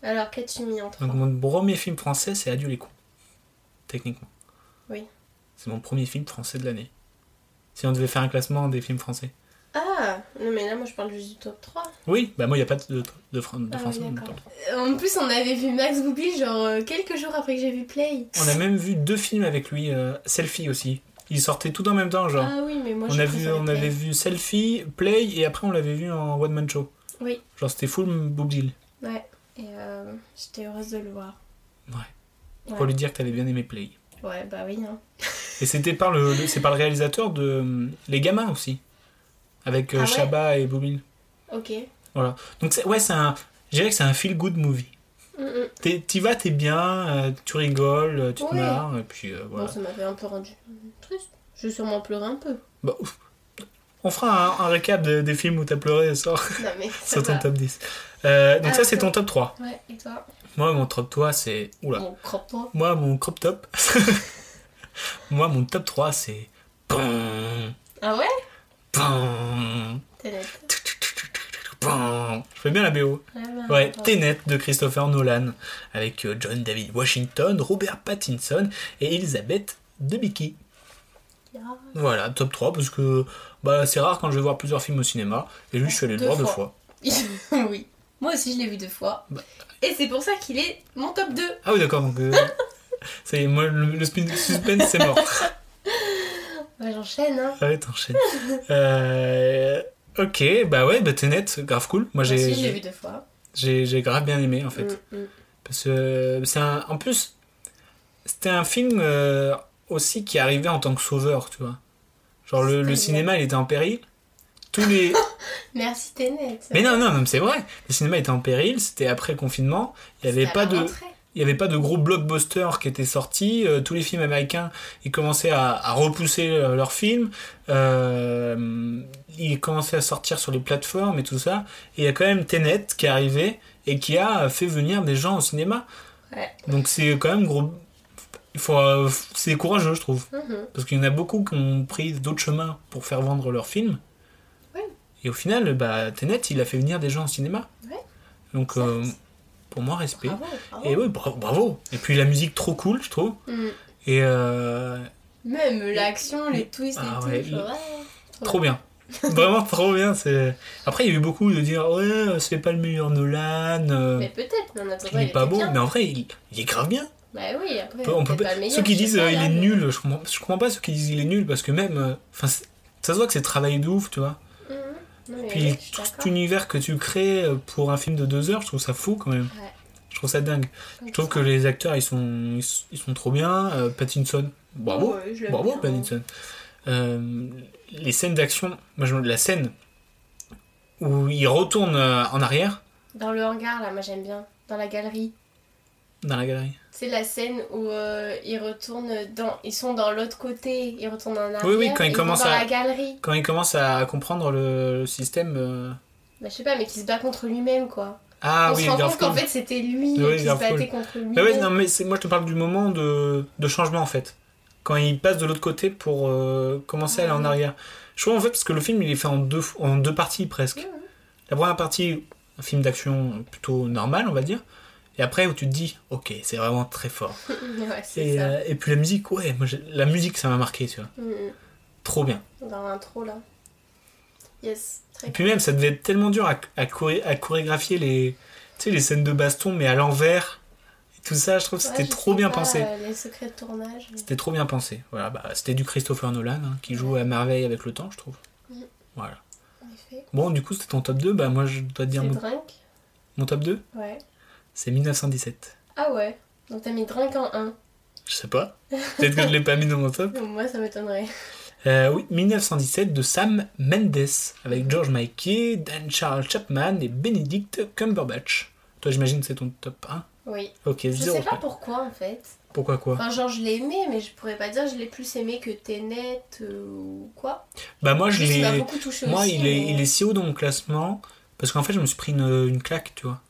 S9: Alors, qu'as-tu mis en 3
S8: Donc, mon premier film français, c'est Adieu les cons. Techniquement.
S9: Oui.
S8: C'est mon premier film français de l'année. Si on devait faire un classement des films français.
S9: Ah Non, mais là, moi, je parle juste du top 3.
S8: Oui, bah, moi, il n'y a pas de, de, de, Fran- de
S9: Ah,
S8: français
S9: oui,
S8: dans mon
S9: d'accord.
S8: top 3.
S9: En plus, on avait vu Max Boublil, genre, euh, quelques jours après que j'ai vu Play.
S8: On a même vu deux films avec lui, euh, Selfie aussi. Ils sortaient tout en même temps, genre.
S9: Ah oui, mais moi,
S8: On,
S9: j'ai
S8: a vu,
S9: préféré
S8: on
S9: Play.
S8: avait vu Selfie, Play, et après on l'avait vu en One Man Show.
S9: Oui.
S8: Genre c'était full Bob Dylan.
S9: Ouais, et euh, j'étais heureuse de le voir.
S8: Pour lui dire que t'avais bien aimé Play.
S9: Ouais, bah oui, hein.
S8: Et c'était par le, le- c'est par le réalisateur de euh, Les Gamins aussi. Avec euh,
S9: Ah ouais
S8: Chabat et Bob Dylan.
S9: Ok.
S8: Donc c'est, ouais, c'est un, je dirais que c'est un feel good movie.
S9: Mm, mm.
S8: T'es- T'y vas, t'es bien, euh, tu rigoles, euh, tu te
S9: Ouais.
S8: marres, et puis euh, voilà.
S9: Bon, ça m'avait un peu rendu triste. Je vais sûrement pleurer un peu.
S8: Bah, ouf. on fera un, un récap de- des films où t'as pleuré sur,
S9: Non, mais ça
S8: sur ton
S9: va.
S8: top 10. Euh, donc
S9: Ah,
S8: ça c'est
S9: attends.
S8: ton top 3.
S9: Ouais, et toi
S8: Moi mon top 3 c'est... Oula.
S9: Mon crop toi
S8: Moi, mon crop top. Moi, mon top 3, c'est. Pom,
S9: Ah ouais
S8: pom,
S9: Tenet.
S8: pom. Je fais bien la BO.
S9: Ah, bah,
S8: Ouais, Tenet de Christopher Nolan, avec euh, John David Washington, Robert Pattinson et Elisabeth Debicki. Voilà, top 3, parce que bah, c'est rare quand je vais voir plusieurs films au cinéma, et lui, je suis allé le
S9: Deux
S8: voir deux
S9: fois.
S8: fois.
S9: oui. Moi aussi, je l'ai vu deux fois.
S8: Bah.
S9: Et c'est pour ça qu'il est mon top 2.
S8: Ah oui, d'accord, donc. euh, ça y est, moi, le, le spin- suspense, c'est mort.
S9: Ouais, j'enchaîne, hein.
S8: Ah ouais, t'enchaînes. Euh, Ok, bah ouais, bah Tenet, grave cool. Moi,
S9: Moi
S8: j'ai.
S9: aussi, je l'ai vu deux fois.
S8: J'ai j'ai grave bien aimé en fait.
S9: Mm, mm.
S8: Parce que c'est un. En plus, c'était un film euh, aussi qui arrivait en tant que sauveur, tu vois. Genre le, le
S9: C'est-à-dire
S8: cinéma il était en péril. Tous les.
S9: Merci, Tenet.
S8: mais non, non, non, mais c'est vrai. Le cinéma était en péril, c'était après le confinement. Il n'y avait pas de. il n'y avait pas de gros blockbuster qui était sorti. Euh, tous les films américains, ils commençaient à, à repousser euh, leurs films. Euh, ils commençaient à sortir sur les plateformes et tout ça. Et il y a quand même Tenet qui est arrivé et qui a fait venir des gens au cinéma.
S9: Ouais.
S8: Donc c'est quand même gros. Il faut, euh, c'est courageux, je trouve.
S9: Mhm.
S8: Parce qu'il y en a beaucoup qui ont pris d'autres chemins pour faire vendre leurs films.
S9: Ouais.
S8: Et au final, bah, Tenet, il a fait venir des gens au cinéma.
S9: Ouais.
S8: Donc, euh, pour moi, respect.
S9: Bravo, bravo.
S8: Et oui, bravo, bravo. Et puis la musique trop cool, je trouve.
S9: Mm.
S8: Et euh,
S9: Même l'action, les twists
S8: Ah
S9: et
S8: ouais,
S9: tout.
S8: le-
S9: ouais.
S8: trop bien. Vraiment trop bien. C'est... Après, il y a eu beaucoup de dire Ouais, c'est pas le meilleur Nolan. euh,
S9: Mais peut-être, mais en attendant,
S8: il est pas
S9: était
S8: bon.
S9: bien.
S8: Mais en vrai, il, il est grave bien.
S9: Bah oui, après,
S8: On peut
S9: peut-être
S8: pas-
S9: pas le meilleur,
S8: Ceux qui
S9: je sais
S8: disent
S9: pas,
S8: euh, il
S9: là,
S8: est
S9: mais-
S8: nul, je comprends, je comprends pas ceux qui disent il est nul parce que même. euh, Enfin, c'est- ça se voit que c'est travaillé de ouf, tu vois.
S9: Mhm. Non, mais
S8: Puis
S9: ouais, je suis
S8: tout
S9: d'accord.
S8: cet univers que tu crées euh, pour un film de deux heures, je trouve ça fou quand même.
S9: Ouais.
S8: Je trouve ça dingue. Je trouve que les acteurs, ils sont, ils sont- ils sont trop bien. Euh, Pattinson, bravo.
S9: Ouais, je l'aime
S8: Bravo,
S9: bien.
S8: Pattinson. Euh, les scènes d'action, moi, je- la scène où il retourne euh, en arrière
S9: Dans le hangar, là, moi j'aime bien. Dans la galerie.
S8: dans la galerie.
S9: C'est la scène où euh, ils retournent dans. Ils sont dans l'autre côté, ils retournent en arrière.
S8: Oui, oui, quand
S9: et
S8: ils
S9: vont
S8: commencent
S9: dans
S8: à-
S9: la galerie.
S8: Quand il commence à comprendre le, le système. euh,
S9: Bah, je sais pas, mais qui se bat contre lui-même, quoi.
S8: Ah
S9: On
S8: oui,
S9: se rend
S8: Garfield.
S9: compte qu'en fait c'était lui
S8: Oui,
S9: qui se
S8: Garfield.
S9: battait contre lui.
S8: Mais Bah ouais, non, mais c'est- moi je te parle du moment de, de changement en fait. Quand il passe de l'autre côté pour euh, commencer à aller en arrière. Je trouve en fait parce que le film il est fait en deux, fo- en deux parties presque.
S9: Mhm.
S8: La première partie, un film d'action plutôt normal on va dire. Et après où tu te dis, ok, c'est vraiment très fort.
S9: ouais, c'est
S8: Et,
S9: ça.
S8: euh, et puis la musique, ouais, moi, j'ai- la musique ça m'a marqué, tu vois.
S9: Mhm.
S8: Trop bien.
S9: Dans l'intro, là. Yes, très
S8: Et puis même, ça devait être tellement dur à, à, choré- à chorégraphier les, tu sais, les scènes de baston, mais à l'envers. Et Tout ça, je trouve que
S9: Ouais,
S8: c'était
S9: je
S8: trop
S9: sais
S8: bien
S9: pas,
S8: pensé.
S9: euh, les secrets de tournage.
S8: C'était trop bien pensé. Voilà, bah, c'était du Christopher Nolan hein, qui joue à merveille avec le temps, je trouve.
S9: Mhm.
S8: Voilà.
S9: En effet.
S8: Bon, du coup, c'était ton top 2. Bah, moi, je dois te
S9: C'est
S8: dire mon,
S9: Drunk
S8: mon top 2,
S9: Ouais.
S8: c'est 1917.
S9: Ah ouais. Donc t'as mis Drunk en 1.
S8: Je sais pas. Peut-être que je l'ai pas mis dans mon top.
S9: Moi, ça m'étonnerait.
S8: Euh, oui, 1917 de Sam Mendes avec George Mikey, Dan Charles Chapman et Benedict Cumberbatch. Toi, j'imagine que c'est ton top 1.
S9: Oui.
S8: Ok,
S9: Je
S8: zéro.
S9: sais pas
S8: point.
S9: pourquoi, en fait.
S8: Pourquoi quoi
S9: Enfin, genre, je l'ai aimé, mais je pourrais pas dire je l'ai plus aimé que Tenet euh, ou quoi.
S8: Bah, moi, je
S9: Juste, il m'a
S8: l'ai.
S9: beaucoup touché
S8: Moi,
S9: aussi.
S8: il est,
S9: mais-
S8: il est si haut dans mon classement parce qu'en fait, je me suis pris une, une claque, tu vois.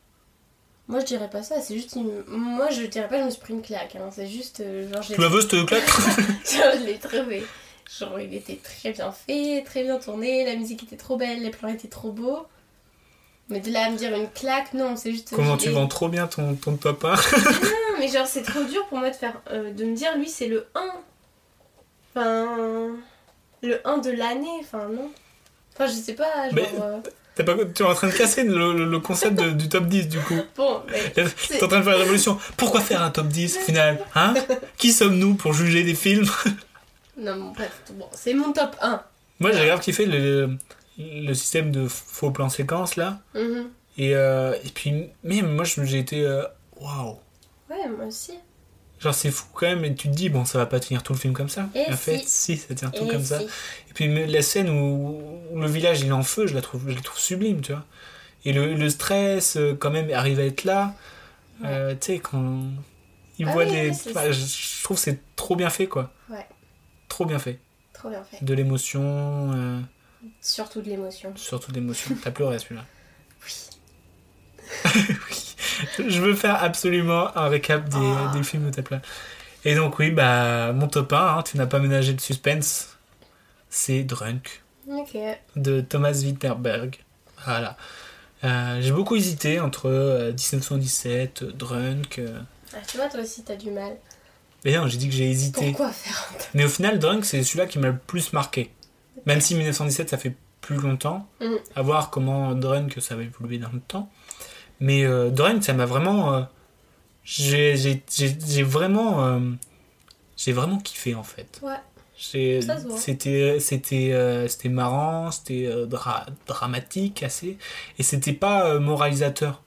S9: Moi, je dirais pas ça. C'est juste. une- Moi, je dirais pas je me suis pris une claque. hein. C'est juste. euh, genre, j'ai-
S8: Tu la veux, cette claque
S9: Genre, je l'ai trouvé. Genre, il était très bien fait, très bien tourné, la musique était trop belle, les plans étaient trop beaux. Mais de là à me dire une claque, non, c'est juste.
S8: Comment
S9: je
S8: tu
S9: l'ai-
S8: vends trop bien ton, ton top 1
S9: Non, mais genre, c'est trop dur pour moi de faire. euh, de me dire, lui, c'est le 1. Enfin. Le 1 de l'année, enfin, non. Enfin, je sais pas, genre.
S8: Mais-
S9: euh,
S8: T'as pas- Tu es en train de casser le, le- le concept de- du top 10 du coup.
S9: Bon, mais.
S8: T'es en train de faire la révolution. Pourquoi faire un top 10 au final Hein Qui sommes-nous pour juger des films
S9: Non, bon, bref, bon, c'est mon top 1.
S8: Moi j'ai grave kiffé le, le système de faux plan séquence là.
S9: Mhm.
S8: Et, euh, et puis même moi je- j'ai été... euh, Waouh
S9: Ouais, moi aussi.
S8: Genre c'est fou quand même et tu te dis bon ça va pas tenir tout le film comme ça.
S9: Et
S8: en fait si ça tient tout comme ça. Et puis mais la scène où, où le village il est en feu, je la trouve, je la trouve sublime, tu vois. Et le, le stress, euh, quand même, arrive à être là. Euh, tu sais, quand il
S9: Ah
S8: voit
S9: oui,
S8: des.
S9: oui, c'est
S8: enfin,
S9: ça.
S8: je, je trouve que c'est trop bien fait, quoi.
S9: Ouais.
S8: Trop bien fait.
S9: Trop bien fait.
S8: De l'émotion, euh,
S9: Surtout de l'émotion.
S8: surtout de l'émotion. T'as pleuré à celui-là.
S9: Oui.
S8: Je veux faire absolument un récap des,
S9: Ah.
S8: des films où t'as pleuré. Et donc, oui, bah, mon top 1, hein, tu n'as pas ménagé de suspense, c'est Drunk.
S9: Ok.
S8: de Thomas Witterberg. Voilà. Euh, J'ai beaucoup hésité entre euh, 1917, euh, Drunk. euh,
S9: Ah, tu vois, toi aussi, t'as du mal.
S8: Mais non, j'ai dit que j'ai hésité.
S9: Pourquoi faire un
S8: Mais au final, Drunk, c'est celui-là qui m'a le plus marqué. Même si 1917, ça fait plus longtemps.
S9: Mm.
S8: À voir comment Drunk, ça va évoluer dans le temps. Mais euh, Drunk, ça m'a vraiment. euh, j'ai- j'ai j'ai- j'ai vraiment. euh, j'ai vraiment kiffé en fait.
S9: Ouais.
S8: J'ai-
S9: Ça se voit.
S8: C'était c'était euh, c'était marrant, c'était euh, dra- dramatique assez, et c'était pas euh, moralisateur.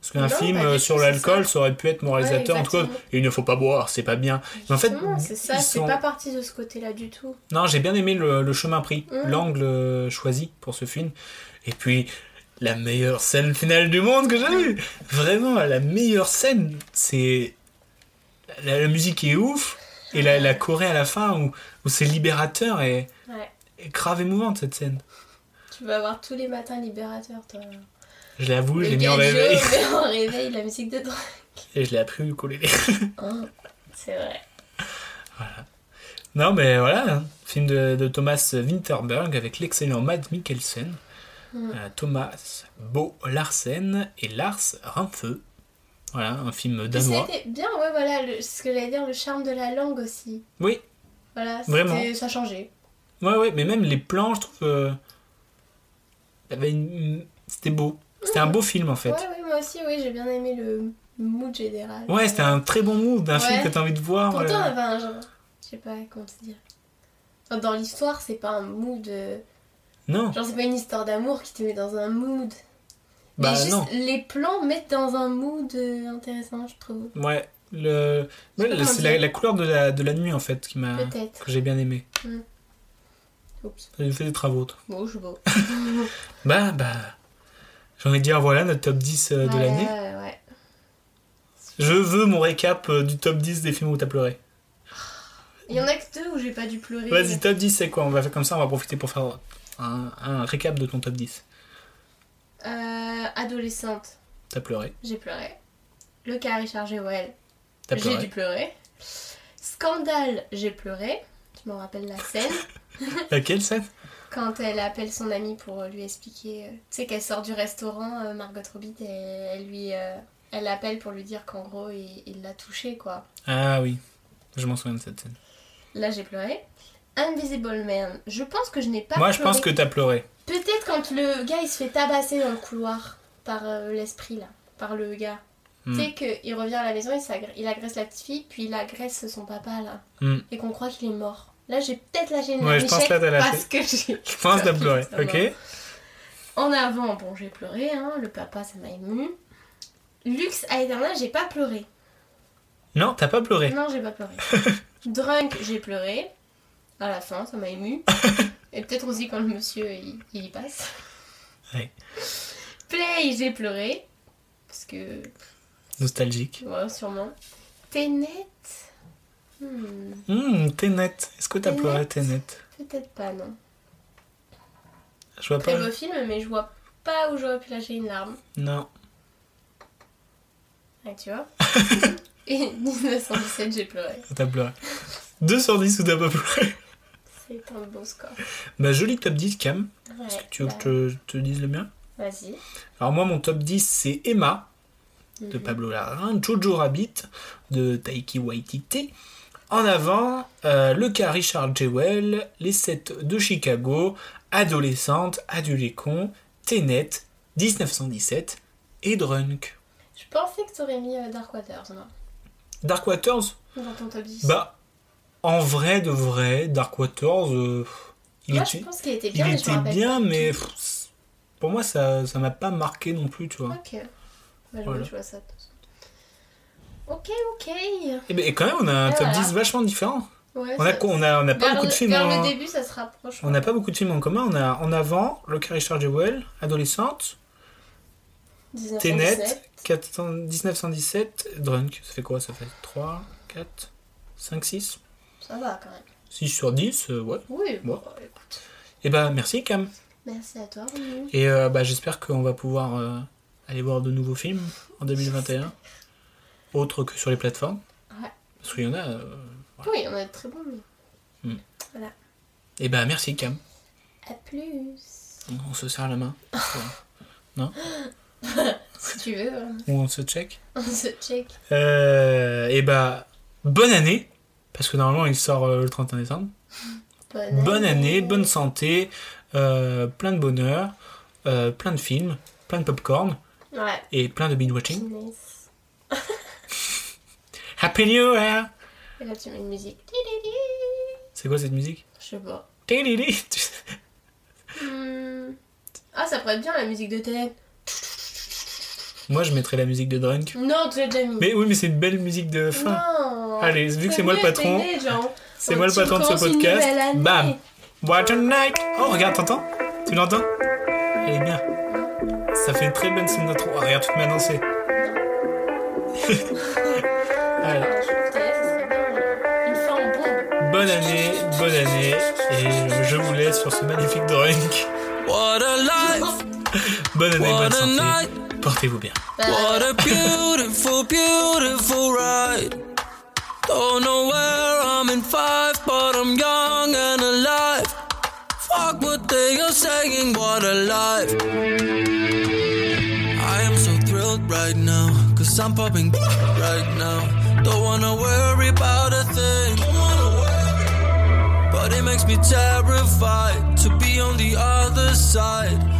S8: Parce qu'un
S9: Non,
S8: film
S9: pas du
S8: euh,
S9: tout,
S8: sur
S9: c'est
S8: l'alcool, ça aurait pu être moralisateur.
S9: Ouais,
S8: en tout cas,
S9: exactement.
S8: il ne faut pas boire, c'est pas bien. Mais en fait,
S9: Non, c'est ça,
S8: ils
S9: c'est
S8: sont-
S9: pas parti de ce côté-là du tout.
S8: non, j'ai bien aimé le, le chemin pris,
S9: Mm.
S8: l'angle euh, choisi pour ce film. Et puis, la meilleure scène finale du monde que j'ai vue. Vraiment, la meilleure scène, c'est. La, la musique est ouf, et la, la Corée à la fin où, où c'est libérateur est,
S9: Ouais.
S8: est grave émouvante cette scène.
S9: Tu vas avoir tous les matins Libérateur, toi.
S8: Je l'avoue, je
S9: Le
S8: l'ai mis en
S9: gadget,
S8: réveil,
S9: mais en réveil, la musique de drogue.
S8: et je l'ai appris au ukulélé.
S9: Hein, c'est vrai.
S8: Non, mais voilà, hein. film de, de Thomas Winterberg avec l'excellent Matt Mikkelsen, euh, Thomas Bo Larsen et Lars Rampfeu. Voilà, un film
S9: Puis ça a
S8: danois.
S9: été bien, ouais, voilà, le- ce que j'allais dire, le charme de la langue aussi.
S8: Oui,
S9: Voilà,
S8: Vraiment.
S9: c'était- ça changeait.
S8: ouais, ouais, mais même les plans, je trouve. euh, il y avait une- C'était beau. C'était un beau film en fait.
S9: Ouais, ouais, moi aussi, oui, j'ai bien aimé le mood général.
S8: Ouais, c'était un euh, très bon mood d'un film
S9: Ouais.
S8: que t'as envie de voir.
S9: Pourtant,
S8: voilà.
S9: enfin, genre, je sais pas comment se dire. Enfin, Dans l'histoire, c'est pas un mood. euh,
S8: Non,
S9: Genre, c'est pas une histoire d'amour qui te met dans un mood. Mais
S8: bah
S9: juste,
S8: non.
S9: les plans mettent dans un mood euh, intéressant, je trouve.
S8: Ouais, le...
S9: Je
S8: ouais,
S9: sais pas comment
S8: c'est la,
S9: dire.
S8: la couleur de la, de la nuit en fait qui m'a
S9: Peut-être.
S8: que j'ai bien aimé.
S9: Oups.
S8: J'ai fait des travaux. toi.
S9: Bon, je sais pas.
S8: Bah, bah. J'ai envie de dire, voilà notre top 10 euh, de
S9: Voilà,
S8: l'année.
S9: ouais, ouais.
S8: Je veux mon récap euh, du top 10 des films où t'as pleuré.
S9: Il y en a que deux où j'ai pas dû pleurer.
S8: Vas-y, top 10, c'est quoi On va faire comme ça, on va profiter pour faire un, un récap de ton top 10.
S9: Euh, adolescente,
S8: T'as pleuré.
S9: j'ai pleuré. Le cas Richard Jewell,
S8: T'as
S9: j'ai
S8: pleuré.
S9: dû pleurer. Scandale, j'ai pleuré. Je me rappelle la scène
S8: Laquelle scène
S9: quand elle appelle son amie pour lui expliquer. euh, tu sais qu'elle sort du restaurant, euh, Margot Robbie, et elle lui, euh, elle l'appelle pour lui dire qu'en gros il il l'a touchée quoi.
S8: Ah oui, je m'en souviens de cette scène.
S9: Là j'ai pleuré. Invisible Man, je pense que je n'ai pas
S8: Moi, je
S9: pleuré.
S8: pense que t'as pleuré.
S9: Peut-être quand le gars il se fait tabasser dans le couloir par euh, l'esprit là, par le gars.
S8: Hmm.
S9: Tu sais qu'il revient à la maison, il, s'agresse- il agresse la petite fille, puis il agresse son papa là.
S8: Hmm.
S9: Et qu'on croit qu'il est mort. Là j'ai peut-être lâché une
S8: Ouais, je pense que là, t'as lâché.
S9: Parce que j'ai.
S8: Je pense que t'as pleuré.
S9: Exactement.
S8: Ok
S9: En avant, bon j'ai pleuré, hein, le papa ça m'a ému. Lux à éternel, j'ai pas pleuré.
S8: Non, t'as pas pleuré.
S9: Non, j'ai pas pleuré. Drunk, j'ai pleuré. À la fin, ça m'a ému. Et peut-être aussi quand le monsieur il, il y passe.
S8: Ouais.
S9: Play, j'ai pleuré. Parce que.
S8: Nostalgique.
S9: Ouais, sûrement. Tenet Hmm,
S8: Hum, t'es nette. Est-ce que t'as
S9: Tenet.
S8: pleuré, t'es nette
S9: Peut-être pas, non.
S8: Je vois
S9: Très
S8: pas.
S9: beau film, mais je vois pas où j'aurais pu lâcher une larme.
S8: Non.
S9: Ah, tu vois Et 1917, j'ai pleuré.
S8: T'as pleuré. 210 ou t'as pas pleuré
S9: C'est un beau score.
S8: Bah, joli top 10, Cam.
S9: Ouais,
S8: Tu veux
S9: bah,
S8: que je te, je te dise le mien
S9: Vas-y.
S8: Alors, moi, mon top 10, c'est Emma,
S9: Mhm.
S8: de Pablo Larrain, Jojo Rabbit, de Taiki Waititi. En avant, euh, le cas Richard Jewell, Les 7 de Chicago, Adolescente, Adulécon, Tenet, 1917 et Drunk.
S9: Je pensais que t'aurais mis euh, Dark Waters, moi,
S8: Dark Waters,
S9: dans ton top 10.
S8: Bah, en vrai de vrai, Dark Waters, euh, il
S9: Moi,
S8: était,
S9: je pense qu'il était
S8: il
S9: bien, mais je me
S8: était
S9: rappelle
S8: bien,
S9: pas du
S8: mais
S9: tout.
S8: pff, c'est- pour moi, ça ça m'a pas marqué non plus, tu vois.
S9: Ok. Bah, je
S8: Voilà.
S9: je vois ça. de toute façon. Ok, ok.
S8: Et, ben, et quand même, on a un
S9: Et
S8: top
S9: voilà.
S8: 10 vachement différent.
S9: Ouais,
S8: On a,
S9: ça-
S8: quoi on a, on a pas
S9: vers
S8: beaucoup de
S9: le-
S8: films
S9: Vers
S8: en...
S9: le début, ça se rapproche.
S8: On n'a pas beaucoup de films en commun. On a en avant le cas Richard Jewell, adolescente,
S9: 1917.
S8: Tenet, 400 1917, Drunk. Ça fait quoi Ça fait 3, 4, 5, 6
S9: Ça va quand même.
S8: 6 sur 10, euh, ouais.
S9: Oui,
S8: Bon.
S9: bon, bah, écoute.
S8: Et ben merci Cam.
S9: Merci à toi, Rémi.
S8: Et euh, bah, j'espère qu'on va pouvoir euh, aller voir de nouveaux films en 2021, autres que sur les plateformes.
S9: Ouais.
S8: Parce qu'il y en a. euh.
S9: Oui, on a de très bons, mais.
S8: Et ben merci Cam.
S9: À plus.
S8: On se serre la main.
S9: Si tu veux, hein.
S8: Ou on se check.
S9: on se check.
S8: Euh, et bah bonne année. Parce que normalement il sort euh, le 31 décembre.
S9: Bonne,
S8: Bonne année, bonne santé, euh, plein de bonheur, euh, plein de films, plein de popcorn
S9: Ouais.
S8: et plein de binge watching.
S9: Finesse.
S8: Happy New Year
S9: Et là, tu mets une musique.
S8: C'est quoi cette musique
S9: Je sais pas.
S8: Tilili.
S9: Hmm. Ah, ça pourrait être bien la musique de Tenet.
S8: Moi je mettrais la musique de Drunk.
S9: Non, tu l'as déjà mis.
S8: Mais oui, mais c'est une belle musique de fin.
S9: Non.
S8: Allez, vu que c'est moi le
S9: mieux,
S8: patron,
S9: Tenet, genre.
S8: c'est
S9: On
S8: moi le
S9: te
S8: patron de
S9: commence
S8: ce
S9: une
S8: podcast.
S9: nouvelle année.
S8: Bam What a night Oh, regarde, t'entends Tu l'entends Elle est bien. Ça fait une très bonne scène d'intro. Ah, regarde toute ma dansée. Voilà.
S9: Je trouve que ça serait bien euh, une fin en bombe.
S8: Bonne année, bonne année, et je vous laisse sur ce magnifique drink.
S1: What a life,
S8: Bonne année,
S1: What
S8: bonne
S1: a
S8: santé.
S1: night.
S8: Portez-vous bien.
S9: Bah,
S1: what a beautiful, beautiful ride. Don't know where I'm in five, but I'm young and alive. Fuck what they are saying, what a life. I am so thrilled right now, cause I'm popping right now. Don't wanna worry about a thing. Don't wanna worry. But it makes me terrified to be on the other side.